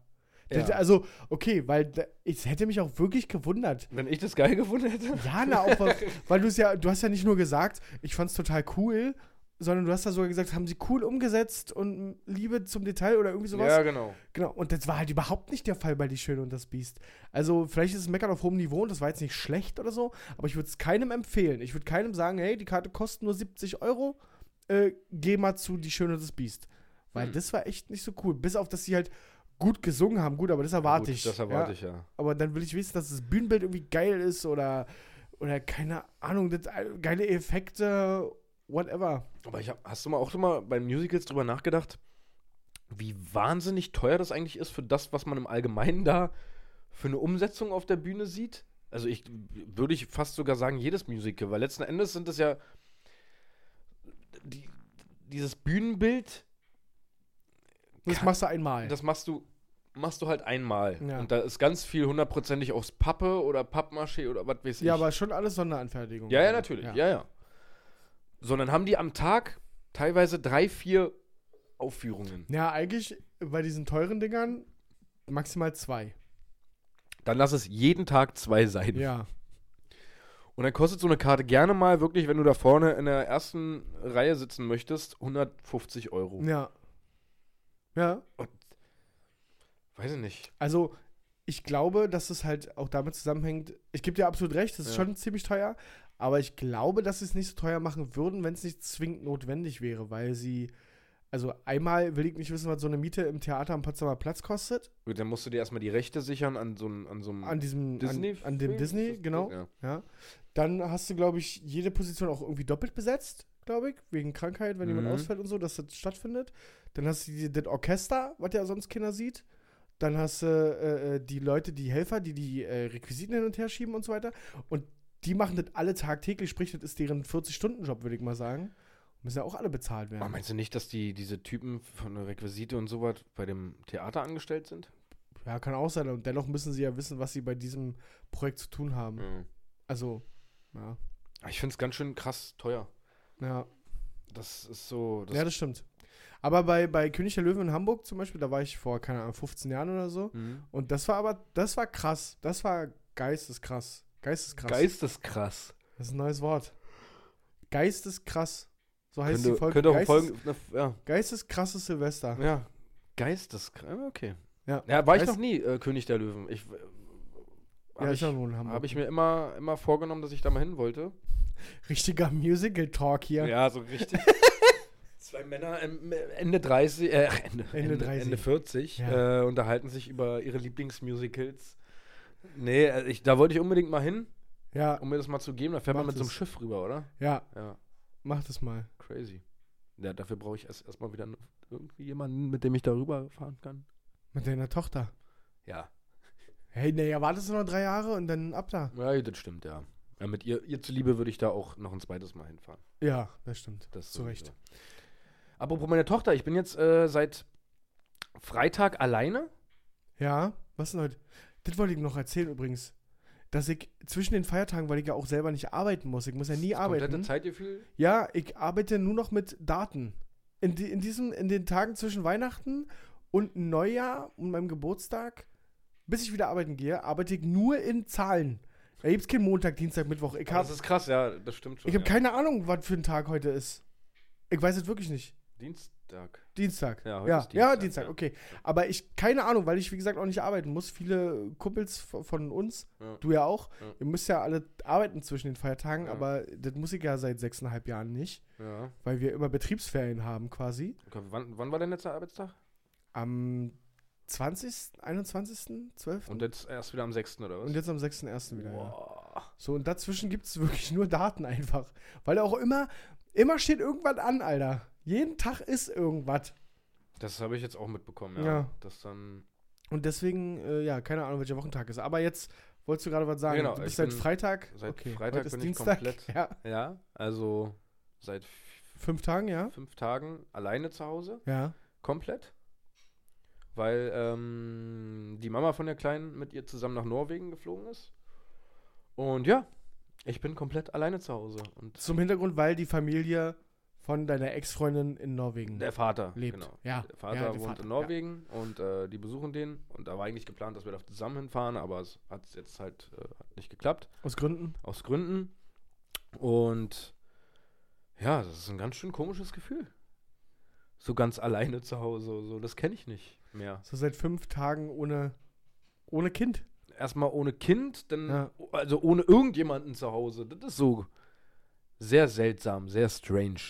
D: Das,
C: Ja.
D: also, okay, weil da, ich hätte mich auch wirklich gewundert.
C: Wenn ich das geil gefunden hätte.
D: Ja, na, auch, weil- weil du es ja, du hast ja nicht nur gesagt, ich fand's total cool, sondern du hast da sogar gesagt, haben sie cool umgesetzt und Liebe zum Detail oder irgendwie sowas.
C: Ja, genau.
D: Genau, und das war halt überhaupt nicht der Fall bei Die Schöne und das Biest. Also, vielleicht ist es Meckern auf hohem Niveau und das war jetzt nicht schlecht oder so, aber ich würde es keinem empfehlen. Ich würde keinem sagen, hey, die Karte kostet nur 70 Euro, äh, geh mal zu Die Schöne und das Biest. Weil
C: Hm.
D: das war echt nicht so cool. Bis auf, dass sie halt gut gesungen haben. Gut, aber das erwarte
C: Gut,
D: ich.
C: Das erwarte
D: ja.
C: ich, ja.
D: Aber dann will ich wissen, dass das Bühnenbild irgendwie geil ist oder, oder keine Ahnung, das, äh, geile Effekte, whatever.
C: Aber ich hab, hast du mal auch schon mal bei Musicals drüber nachgedacht, wie wahnsinnig teuer das eigentlich ist für das, was man im Allgemeinen da für eine Umsetzung auf der Bühne sieht? Also ich würde ich fast sogar sagen, jedes Musical, weil letzten Endes sind es ja die, dieses Bühnenbild,
D: Das
C: Kann-
D: machst du einmal.
C: das machst du machst du halt einmal
D: Ja.
C: und da ist ganz viel hundertprozentig aus Pappe oder Pappmaché oder was weiß ich.
D: ja, aber schon alles Sonderanfertigung.
C: Ja, ja, natürlich. Ja. ja, Sondern haben die am Tag teilweise drei, vier Aufführungen.
D: Ja, eigentlich bei diesen teuren Dingern maximal zwei.
C: Dann lass es jeden Tag zwei sein.
D: Ja.
C: Und dann kostet so eine Karte gerne mal wirklich, wenn du da vorne in der ersten Reihe sitzen möchtest, 150 Euro.
D: Ja. Ja.
C: Weiß ich nicht.
D: Also, ich glaube, dass es halt auch damit zusammenhängt. Ich gebe dir absolut recht, das ist
C: Ja.
D: schon ziemlich teuer. Aber ich glaube, dass sie es nicht so teuer machen würden, wenn es nicht zwingend notwendig wäre, weil sie. Also, einmal will ich nicht wissen, was so eine Miete im Theater am Potsdamer Platz kostet.
C: Gut, dann musst du dir erstmal die Rechte sichern an so, einem- an so einem
D: An diesem.
C: Disney.
D: An, an dem Disney, genau.
C: Ja.
D: Ja. Dann hast du, glaube ich, jede Position auch irgendwie doppelt besetzt, glaube ich, wegen Krankheit, wenn
C: Mhm.
D: jemand ausfällt und so, dass das stattfindet. Dann hast du die, das Orchester, was ja sonst keiner sieht. Dann hast du äh, äh, die Leute, die Helfer, die die äh, Requisiten hin und her schieben und so weiter. Und die machen das alle tagtäglich, sprich, das ist deren 40-Stunden-Job, würde ich mal sagen. Müssen ja auch alle bezahlt werden.
C: Aber meinst du nicht, dass die diese Typen von der Requisite und sowas bei dem Theater angestellt sind?
D: Ja, kann auch sein. Und dennoch müssen sie ja wissen, was sie bei diesem Projekt zu tun haben.
C: Mhm.
D: Also, ja.
C: Ah, Ich finde es ganz schön krass teuer.
D: Ja.
C: Das ist so. Das
D: ja, das stimmt. Aber bei, bei König der Löwen in Hamburg zum Beispiel, da war ich vor, keine Ahnung, 15 Jahren oder so.
C: Mhm.
D: Und das war aber, das war krass. Das war geisteskrass. Geisteskrass.
C: Geisteskrass.
D: Das ist ein neues Wort. Geisteskrass. So heißt
C: könnte,
D: die Folge.
C: könnte auch
D: Geistes,
C: folgen. Na,
D: Geisteskrasses Silvester.
C: ja. ja. Geisteskrass. Okay.
D: Ja.
C: Ja, war ich
D: Geist-
C: noch nie äh, König der Löwen. Ich, äh, hab
D: Ja, ist
C: ich,
D: ja wohl in Hamburg.
C: habe ich mir immer, immer vorgenommen, dass ich da mal hin wollte.
D: Richtiger Musical-Talk hier.
C: Ja, so richtig. Zwei Männer ähm, Ende 30, äh, Ende, Ende,
D: 30.
C: Ende 40
D: Ja.
C: äh, unterhalten sich über ihre Lieblingsmusicals. Nee, äh, ich, da wollte ich unbedingt mal hin,
D: Ja,
C: um mir das mal zu geben. Da fährt man
D: Macht
C: mit so einem
D: es.
C: Schiff rüber, oder?
D: ja,
C: Ja,
D: mach das mal.
C: crazy. Ja, dafür brauche ich erst erstmal wieder irgendwie jemanden, mit dem ich darüber fahren kann.
D: Mit deiner Tochter.
C: Ja.
D: Hey, naja, wartest du noch drei Jahre und dann ab da.
C: Ja, das stimmt, ja. ja mit ihr, ihr zuliebe würde ich da auch noch ein zweites Mal hinfahren.
D: Ja, das stimmt.
C: Das
D: Zu Recht.
C: sowieso. Apropos meine Tochter, ich bin jetzt äh, seit Freitag alleine.
D: Ja, was denn heute? Das wollte ich noch erzählen übrigens. Dass ich zwischen den Feiertagen, weil ich ja auch selber nicht arbeiten muss, ich muss ja nie
C: Das komplette
D: arbeiten.
C: Zeitgefühl.
D: Ja, ich arbeite nur noch mit Daten. In, die, in, diesen, in den Tagen zwischen Weihnachten und Neujahr und meinem Geburtstag, bis ich wieder arbeiten gehe, arbeite ich nur in Zahlen. Da gibt es keinen Montag, Dienstag, Mittwoch. Ich
C: Aber das
D: habe
C: ist krass, ja, das stimmt schon.
D: ich hab
C: ja.
D: keine Ahnung, was für ein Tag heute ist. Ich weiß es wirklich nicht.
C: Dienstag.
D: Dienstag.
C: Ja, heute
D: ja.
C: ist
D: Dienstag, ja,
C: Dienstag,
D: Dienstag,
C: ja.
D: okay. Aber ich, keine Ahnung, weil ich, wie gesagt, auch nicht arbeiten muss. Viele Kumpels v- von uns,
C: Ja.
D: du ja auch,
C: Ja.
D: ihr müsst ja alle arbeiten zwischen den Feiertagen,
C: Ja.
D: aber das muss ich ja seit sechseinhalb Jahren nicht,
C: Ja.
D: weil wir immer Betriebsferien haben quasi.
C: Okay, wann, wann war dein letzter Arbeitstag?
D: Am 20., 21., 12.
C: Und jetzt erst wieder am 6. oder was?
D: Und jetzt am 6.1. wieder. Ja.
C: Boah.
D: So, und dazwischen gibt es wirklich nur Daten einfach. Weil auch immer, immer steht irgendwas an, Alter. Jeden Tag ist irgendwas.
C: Das habe ich jetzt auch mitbekommen, ja.
D: Ja.
C: Dass dann.
D: Und deswegen, äh, ja, keine Ahnung, welcher Wochentag ist. Aber jetzt wolltest du gerade was sagen.
C: Genau,
D: du bist
C: ich
D: seit
C: bin-
D: Freitag.
C: seit Freitag
D: heute ist
C: bin ich
D: Dienstag.
C: komplett-
D: Ja,
C: Ja, also seit f-
D: fünf Tagen, ja.
C: fünf Tagen alleine zu Hause.
D: Ja.
C: Komplett. Weil ähm, die Mama von der Kleinen mit ihr zusammen nach Norwegen geflogen ist. Und ja, ich bin komplett alleine zu Hause. Und
D: Zum Hintergrund, weil die Familie von deiner Ex-Freundin in Norwegen
C: der Vater,
D: lebt.
C: genau.
D: Ja.
C: Der Vater
D: ja,
C: wohnt in Norwegen und äh, die besuchen den. Und da war eigentlich geplant, dass wir da zusammen hinfahren, aber es hat jetzt halt äh, hat nicht geklappt.
D: Ja. Aus Gründen.
C: Aus Gründen. Und ja, das ist ein ganz schön komisches Gefühl. So ganz alleine zu Hause, so, das kenne ich nicht mehr.
D: So seit fünf Tagen ohne, ohne Kind.
C: Erstmal ohne Kind, dann
D: Ja.
C: also ohne irgendjemanden zu Hause. Das ist so sehr seltsam, sehr strange.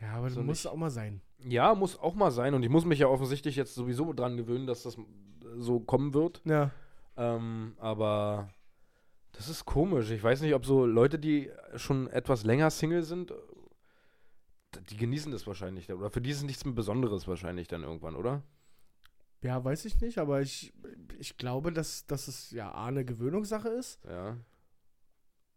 D: Ja, aber
C: So
D: das muss
C: nicht.
D: auch mal sein.
C: Ja, muss auch mal sein. Und ich muss mich ja offensichtlich jetzt sowieso dran gewöhnen, dass das äh, so kommen wird.
D: Ja.
C: Ähm, aber das ist komisch. Ich weiß nicht, ob so Leute, die schon etwas länger Single sind, äh, die genießen das wahrscheinlich. dann. Oder für die ist es nichts mehr Besonderes wahrscheinlich dann irgendwann, oder?
D: Ja, weiß ich nicht, aber ich, ich glaube, dass, dass es ja A, eine Gewöhnungssache ist.
C: Ja.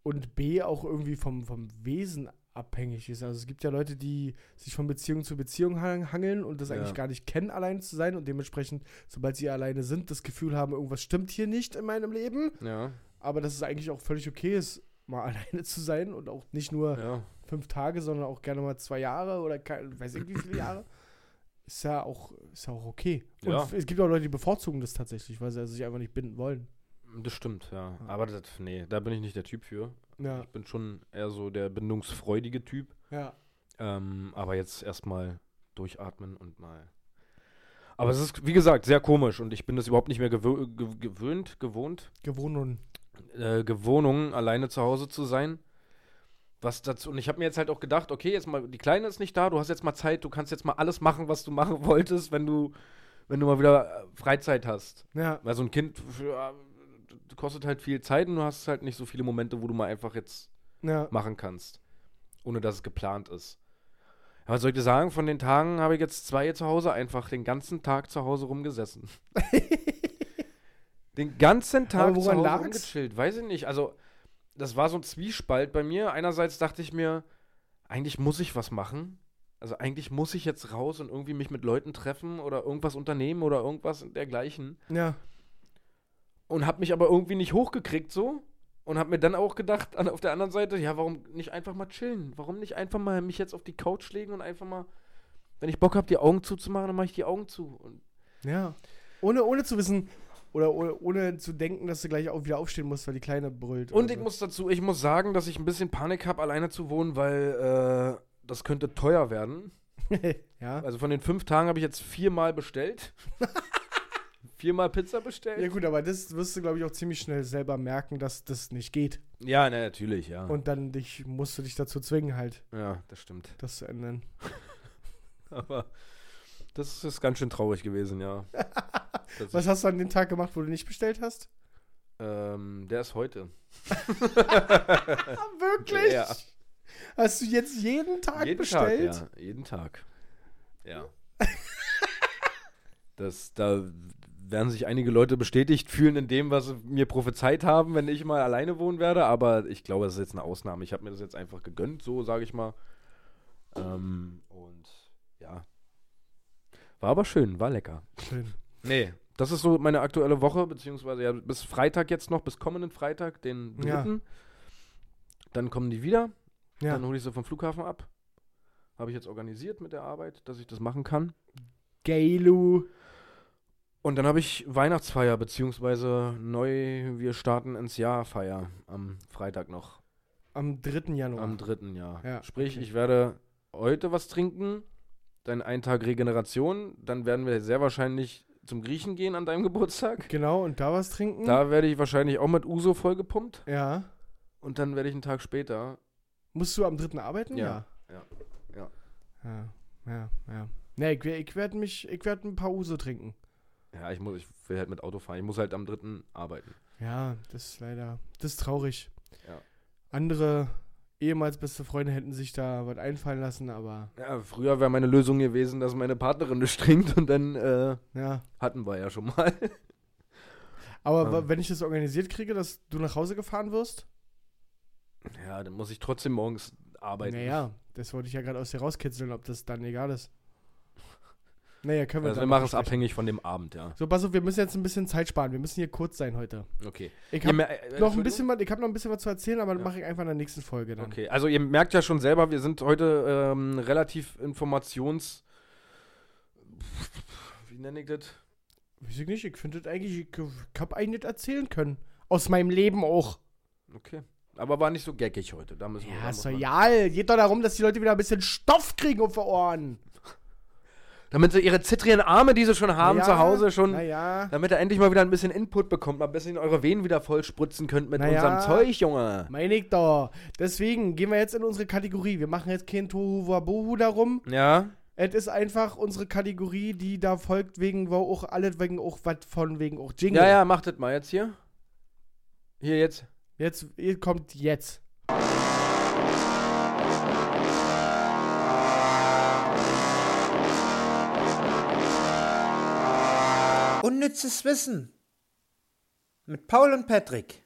D: und B auch irgendwie vom, vom Wesen abhängig ist. Also es gibt ja Leute, die sich von Beziehung zu Beziehung hang- hangeln und das
C: Ja.
D: eigentlich gar nicht kennen, allein zu sein und dementsprechend, sobald sie alleine sind, das Gefühl haben, irgendwas stimmt hier nicht in meinem Leben,
C: Ja.
D: aber dass es eigentlich auch völlig okay ist, mal alleine zu sein und auch nicht nur
C: Ja.
D: fünf Tage, sondern auch gerne mal zwei Jahre oder kein, weiß ich wie viele Jahre. Ist ja auch, ist ja auch okay. Und
C: Ja.
D: f- es gibt auch Leute, die bevorzugen das tatsächlich, weil sie also sich einfach nicht binden wollen.
C: Das stimmt, ja.
D: Ja.
C: Aber das, nee, da bin ich nicht der Typ für.
D: Ja,
C: Ich bin schon eher so der bindungsfreudige Typ.
D: ja.
C: Ähm, aber jetzt erstmal durchatmen und mal Aber es ist, wie gesagt, sehr komisch und ich bin das überhaupt nicht mehr gewö ge- gewöhnt, gewohnt,
D: Gewohnungen.
C: äh, Gewohnung, alleine zu Hause zu sein. Was dazu, und ich habe mir jetzt halt auch gedacht, okay, jetzt mal, die Kleine ist nicht da, du hast jetzt mal Zeit, du kannst jetzt mal alles machen, was du machen wolltest, wenn du, wenn du mal wieder äh, Freizeit hast.
D: Ja,
C: Weil so ein Kind für, äh, kostet halt viel Zeit und du hast halt nicht so viele Momente, wo du mal einfach jetzt
D: ja.
C: machen kannst. Ohne dass es geplant ist. Ja, Was soll ich dir sagen? Von den Tagen habe ich jetzt zwei zu Hause einfach den ganzen Tag zu Hause rumgesessen. den ganzen Tag
D: Aber
C: zu
D: woran
C: Hause
D: lag's?
C: rumgechillt. Weiß ich nicht. Also, das war so ein Zwiespalt bei mir. Einerseits dachte ich mir, eigentlich muss ich was machen. Also eigentlich muss ich jetzt raus und irgendwie mich mit Leuten treffen oder irgendwas unternehmen oder irgendwas dergleichen
D: ja.
C: und habe mich aber irgendwie nicht hochgekriegt so und habe mir dann auch gedacht an, auf der anderen Seite, ja, warum nicht einfach mal chillen? Warum nicht einfach mal mich jetzt auf die Couch legen und einfach mal wenn ich Bock habe, die Augen zuzumachen, dann mache ich die Augen zu. Und
D: Ja. Ohne, ohne zu wissen oder ohne, ohne zu denken, dass du gleich auch wieder aufstehen musst, weil die Kleine brüllt.
C: Und
D: oder
C: ich
D: so.
C: muss dazu, ich muss sagen, dass ich ein bisschen Panik habe, alleine zu wohnen, weil äh, das könnte teuer werden.
D: ja.
C: Also von den fünf Tagen habe ich jetzt viermal bestellt. viermal Pizza
D: Ja
C: bestellt.
D: gut, aber das wirst du, glaube ich, auch ziemlich schnell selber merken, dass das nicht geht.
C: Ja, na, natürlich, ja.
D: Und dann dich, musst du dich dazu zwingen, halt,
C: ja, das stimmt.
D: das zu ändern.
C: Aber das ist ganz schön traurig gewesen, ja.
D: Was hast du an dem Tag gemacht, wo du nicht bestellt hast?
C: Ähm, der ist heute.
D: Ah, wirklich?
C: Ja.
D: Hast du jetzt jeden Tag
C: jeden
D: bestellt?
C: Tag, ja. Jeden Tag. Ja. das, da werden sich einige Leute bestätigt fühlen in dem, was sie mir prophezeit haben, wenn ich mal alleine wohnen werde. Aber ich glaube, das ist jetzt eine Ausnahme. Ich habe mir das jetzt einfach gegönnt, so sage ich mal. Ähm, und ja. War aber schön, war lecker.
D: Schön.
C: Nee. Das ist so meine aktuelle Woche, beziehungsweise ja, bis Freitag jetzt noch, bis kommenden Freitag, den
D: Ja.
C: dritten. Dann kommen die wieder.
D: Ja.
C: Dann hole ich sie vom Flughafen ab. Habe ich jetzt organisiert mit der Arbeit, dass ich das machen kann.
D: Gailu.
C: Und dann habe ich Weihnachtsfeier, beziehungsweise neu, wir starten ins Jahr Feier am Freitag noch,
D: Am 3. Januar.
C: am dritten Jahr.
D: Oh. Ja,
C: Sprich,
D: okay.
C: ich werde heute was trinken, dann einen Tag Regeneration, dann werden wir sehr wahrscheinlich zum Griechen gehen an deinem Geburtstag.
D: genau, und da was trinken?
C: Da werde ich wahrscheinlich auch mit Uso vollgepumpt
D: Ja.
C: und dann werde ich einen Tag später.
D: Musst du am 3. arbeiten?
C: Ja.
D: Ja.
C: Ja.
D: Ja. Ja, ja. Nee, ich, wer- ich werde mich, ich werde ein paar Uso trinken.
C: Ja, ich muss, ich will halt mit Auto fahren. Ich muss halt am dritten arbeiten.
D: Ja, das ist leider, das ist traurig.
C: Ja.
D: Andere ehemals beste Freunde hätten sich da was einfallen lassen, aber
C: Ja, früher wäre meine Lösung gewesen, dass meine Partnerin nicht trinkt und dann äh,
D: ja.
C: hatten wir ja schon mal.
D: Aber
C: Ähm.
D: wa- wenn ich das organisiert kriege, dass du nach Hause gefahren wirst?
C: Ja, dann muss ich trotzdem morgens arbeiten.
D: Naja, das wollte ich ja gerade aus dir rauskitzeln, ob das dann egal ist. Naja, können wir
C: also wir
D: dann
C: machen es
D: besprechen.
C: abhängig von dem Abend, ja.
D: So, pass auf, wir müssen jetzt ein bisschen Zeit sparen. Wir müssen hier kurz sein heute.
C: Okay.
D: Ich
C: Ihr
D: habe
C: mer- äh,
D: noch ein
C: Entschuldigung?
D: bisschen was, ich habe noch ein bisschen was zu erzählen, aber das
C: Ja.
D: mache ich einfach in der nächsten Folge dann.
C: Okay, also ihr merkt ja schon selber, wir sind heute ähm, relativ informations... Wie nenne ich das?
D: Weiß ich nicht, ich finde das eigentlich, ich, ich habe eigentlich nicht erzählen können. Aus meinem Leben auch.
C: Okay. Aber war nicht so geckig heute. Da müssen wir, da
D: Ja,
C: muss
D: ist doch
C: man-
D: egal. Geht doch darum, dass die Leute wieder ein bisschen Stoff kriegen auf die Ohren.
C: Damit sie ihre zittrigen Arme, die sie schon haben,
D: Naja,
C: zu Hause schon...
D: Naja.
C: Damit ihr endlich mal wieder ein bisschen Input bekommt, mal ein bisschen eure Venen wieder voll spritzen könnt mit
D: Naja.
C: unserem Zeug, Junge.
D: Meine ich doch. Deswegen gehen wir jetzt in unsere Kategorie. Wir machen jetzt kein Tohu Wabohu darum.
C: Ja.
D: Es ist einfach unsere Kategorie, die da folgt, wegen wo auch alle, wegen auch was von, wegen auch Jingle.
C: Ja, ja, macht das mal jetzt hier. Hier jetzt.
D: Jetzt ihr kommt jetzt.
E: Unnützes Wissen mit Paul und Patrick.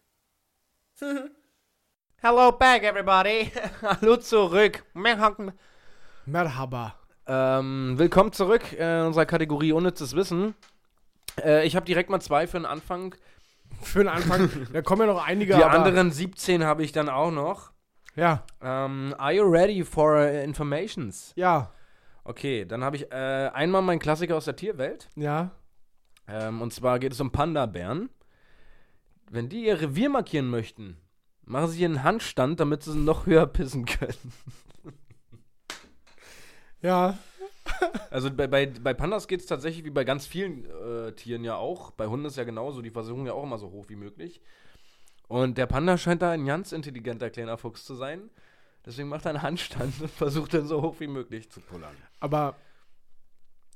E: Hello back, everybody. Hallo zurück.
D: Merhaba.
C: Ähm, willkommen zurück äh, in unserer Kategorie Unnützes Wissen. Äh, ich habe direkt mal zwei für den Anfang.
D: Für den Anfang. da kommen ja noch einige.
C: Die
D: aber-
C: anderen 17 habe ich dann auch noch.
D: Ja,
C: Ähm, are you ready for äh, informations?
D: ja,
C: Okay, dann habe ich äh, einmal meinen Klassiker aus der Tierwelt.
D: ja.
C: Ähm, und zwar geht es um Panda-Bären. Wenn die ihr Revier markieren möchten, machen sie ihren Handstand, damit sie noch höher pissen können.
D: Ja.
C: Also bei, bei, bei Pandas geht es tatsächlich wie bei ganz vielen äh, Tieren ja auch. Bei Hunden ist ja genauso, die versuchen ja auch immer so hoch wie möglich. Und der Panda scheint da ein ganz intelligenter kleiner Fuchs zu sein. Deswegen macht er einen Handstand und versucht dann so hoch wie möglich zu pullern.
D: Aber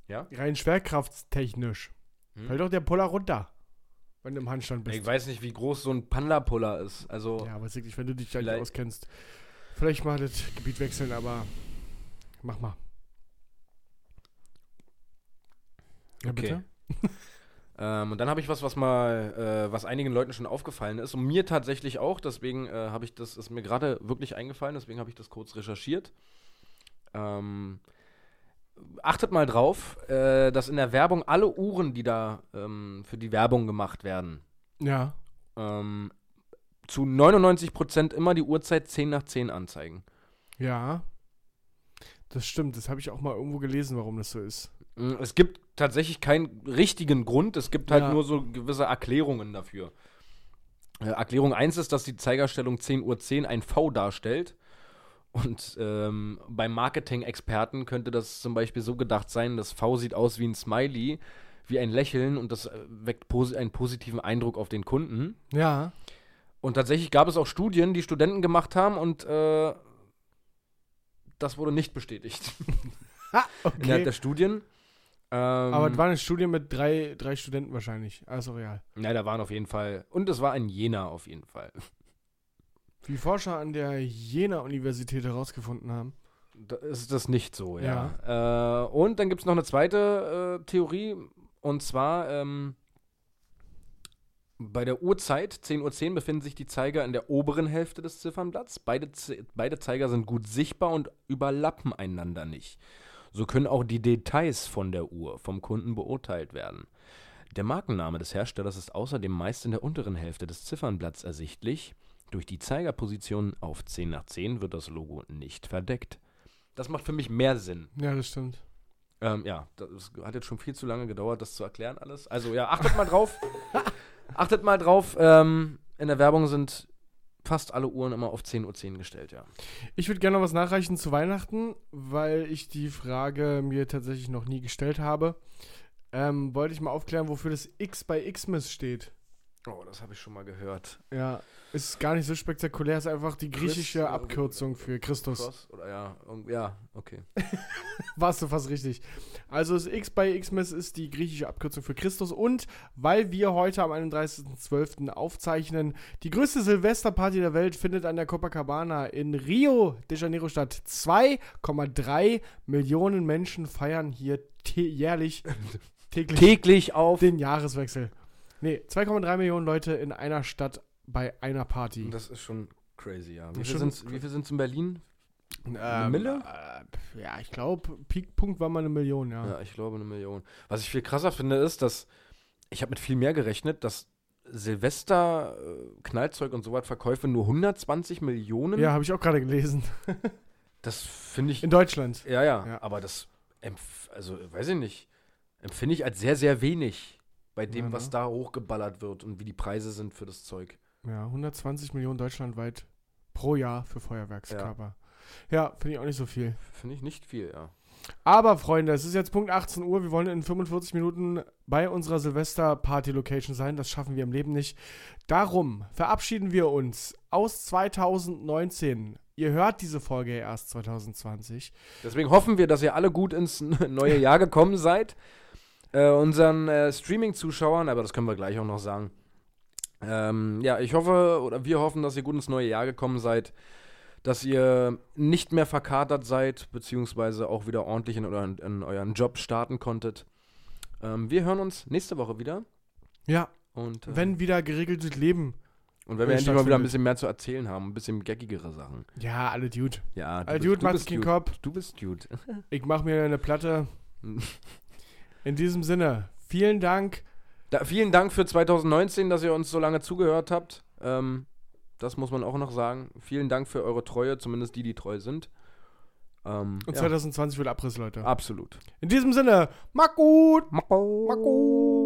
C: Ja?
D: rein schwerkraftstechnisch
C: Hm?
D: fällt doch der Puller runter, wenn du im Handstand bist.
C: Ich weiß nicht, wie groß so ein Panda-Puller ist. Also,
D: Ja, weiß ich nicht, wenn du dich da nicht
C: Vielleicht-
D: auskennst. Vielleicht mal das Gebiet wechseln, aber mach mal. Ja,
C: Okay.
D: bitte?
C: ähm, und dann habe ich was, was mal, äh, was einigen Leuten schon aufgefallen ist und mir tatsächlich auch. Deswegen äh, habe ich das, ist mir gerade wirklich eingefallen. Deswegen habe ich das kurz recherchiert. Ähm, achtet mal drauf, äh, dass in der Werbung alle Uhren, die da ähm, für die Werbung gemacht werden,
D: Ja.
C: ähm, zu 99% immer die Uhrzeit 10 nach 10 anzeigen.
D: Ja. Das stimmt, das habe ich auch mal irgendwo gelesen, warum das so ist.
C: Mm, Es gibt tatsächlich keinen richtigen Grund, es gibt halt
D: Ja.
C: nur so gewisse Erklärungen dafür. Äh, Erklärung 1 ist, dass die Zeigerstellung 10.10 Uhr ein V darstellt. Und ähm, bei Marketing-Experten könnte das zum Beispiel so gedacht sein, das V sieht aus wie ein Smiley, wie ein Lächeln und das äh, weckt posi einen positiven Eindruck auf den Kunden.
D: Ja.
C: Und tatsächlich gab es auch Studien, die Studenten gemacht haben und äh, das wurde nicht bestätigt
D: Ah,
C: innerhalb
D: okay.
C: der Studien. Ähm,
D: aber es war eine Studie mit drei, drei Studenten wahrscheinlich. Also real.
C: Ja, da waren auf jeden Fall. Und es war ein Jena auf jeden Fall.
D: Wie Forscher an der Jena-Universität herausgefunden haben.
C: Da ist das nicht so, ja. Äh, und dann gibt es noch eine zweite äh, Theorie. Und zwar ähm, bei der Uhrzeit, 10.10 Uhr befinden sich die Zeiger in der oberen Hälfte des Ziffernblatts. Beide, Ze- beide Zeiger sind gut sichtbar und überlappen einander nicht. So können auch die Details von der Uhr vom Kunden beurteilt werden. Der Markenname des Herstellers ist außerdem meist in der unteren Hälfte des Ziffernblatts ersichtlich. Durch die Zeigerposition auf 10 nach 10 wird das Logo nicht verdeckt. Das macht für mich mehr Sinn.
D: Ja, das stimmt.
C: Ähm, ja, das hat jetzt schon viel zu lange gedauert, das zu erklären alles. Also ja, achtet mal drauf. achtet mal drauf. Ähm, in der Werbung sind fast alle Uhren immer auf 10.10 Uhr gestellt, ja.
D: Ich würde gerne noch was nachreichen zu Weihnachten, weil ich die Frage mir tatsächlich noch nie gestellt habe. Ähm, wollte ich mal aufklären, wofür das X bei Xmas steht.
C: Oh, das habe ich schon mal gehört.
D: Ja, ist gar nicht so spektakulär, ist einfach die griechische
C: Christ-
D: Abkürzung für Christus.
C: Cross oder ja, irgend- ja, okay.
D: Warst du fast richtig. Also das X bei Xmas ist die griechische Abkürzung für Christus und weil wir heute am 31.12. aufzeichnen, die größte Silvesterparty der Welt findet an der Copacabana in Rio de Janeiro statt. 2,3 Millionen Menschen feiern hier tä- jährlich täglich
C: Täglich auf.
D: den Jahreswechsel. Nee, 2,3 Millionen Leute in einer Stadt bei einer Party.
C: Das ist schon crazy, ja. Wie
D: Ist
C: viel
D: schon
C: sind's- wie viel sind es in Berlin?
D: Ähm,
C: Mille?
D: Äh, ja, ich glaube, Peakpunkt war mal eine Million, ja.
C: Ja, ich glaube eine Million. Was ich viel krasser finde, ist, dass ich habe mit viel mehr gerechnet, dass Silvester, äh, Knallzeug und so was Verkäufe nur 120 Millionen.
D: Ja, habe ich auch gerade gelesen.
C: Das finde ich.
D: In Deutschland.
C: Ja, ja,
D: Ja.
C: Aber das, empf also äh, weiß ich nicht, empfinde ich als sehr, sehr wenig bei dem,
D: Ja, ne?
C: was da hochgeballert wird und wie die Preise sind für das Zeug.
D: Ja, 120 Millionen deutschlandweit pro Jahr für Feuerwerkskörper. Ja, finde ich auch nicht so viel.
C: Finde ich nicht viel, ja.
D: Aber, Freunde, es ist jetzt Punkt 18 Uhr. Wir wollen in 45 Minuten bei unserer Silvester-Party-Location sein. Das schaffen wir im Leben nicht. Darum verabschieden wir uns aus 2019. Ihr hört diese Folge ja erst 2020.
C: Deswegen hoffen wir, dass ihr alle gut ins neue Jahr gekommen seid. Äh, unseren äh, Streaming-Zuschauern, aber das können wir gleich auch noch sagen. Ähm, ja, ich hoffe, oder wir hoffen, dass ihr gut ins neue Jahr gekommen seid, dass ihr nicht mehr verkatert seid, beziehungsweise auch wieder ordentlich in euren, in euren Job starten konntet. Ähm, wir hören uns nächste Woche wieder.
D: Ja,
C: Und, äh,
D: wenn wieder geregeltes Leben.
C: und wenn wir
D: wenn
C: endlich mal wieder ein
D: stattfindet.
C: bisschen mehr zu erzählen haben, ein bisschen gackigere Sachen.
D: Ja, alle Dude.
C: Ja, du
D: Alle
C: bist-
D: Dude,
C: du
D: macht's
C: bist
D: keinen
C: Dude.
D: Kopf.
C: Du bist Dude.
D: Ich mache mir eine Platte. In diesem Sinne, vielen Dank.
C: Da, vielen Dank für 2019, dass ihr uns so lange zugehört habt. Ähm, das muss man auch noch sagen. Vielen Dank für eure Treue, zumindest die, die treu sind. Ähm,
D: Und
C: ja,
D: 2020 wird Abriss, Leute.
C: absolut.
D: In diesem Sinne, mach gut.
C: Mako.
D: Mach gut.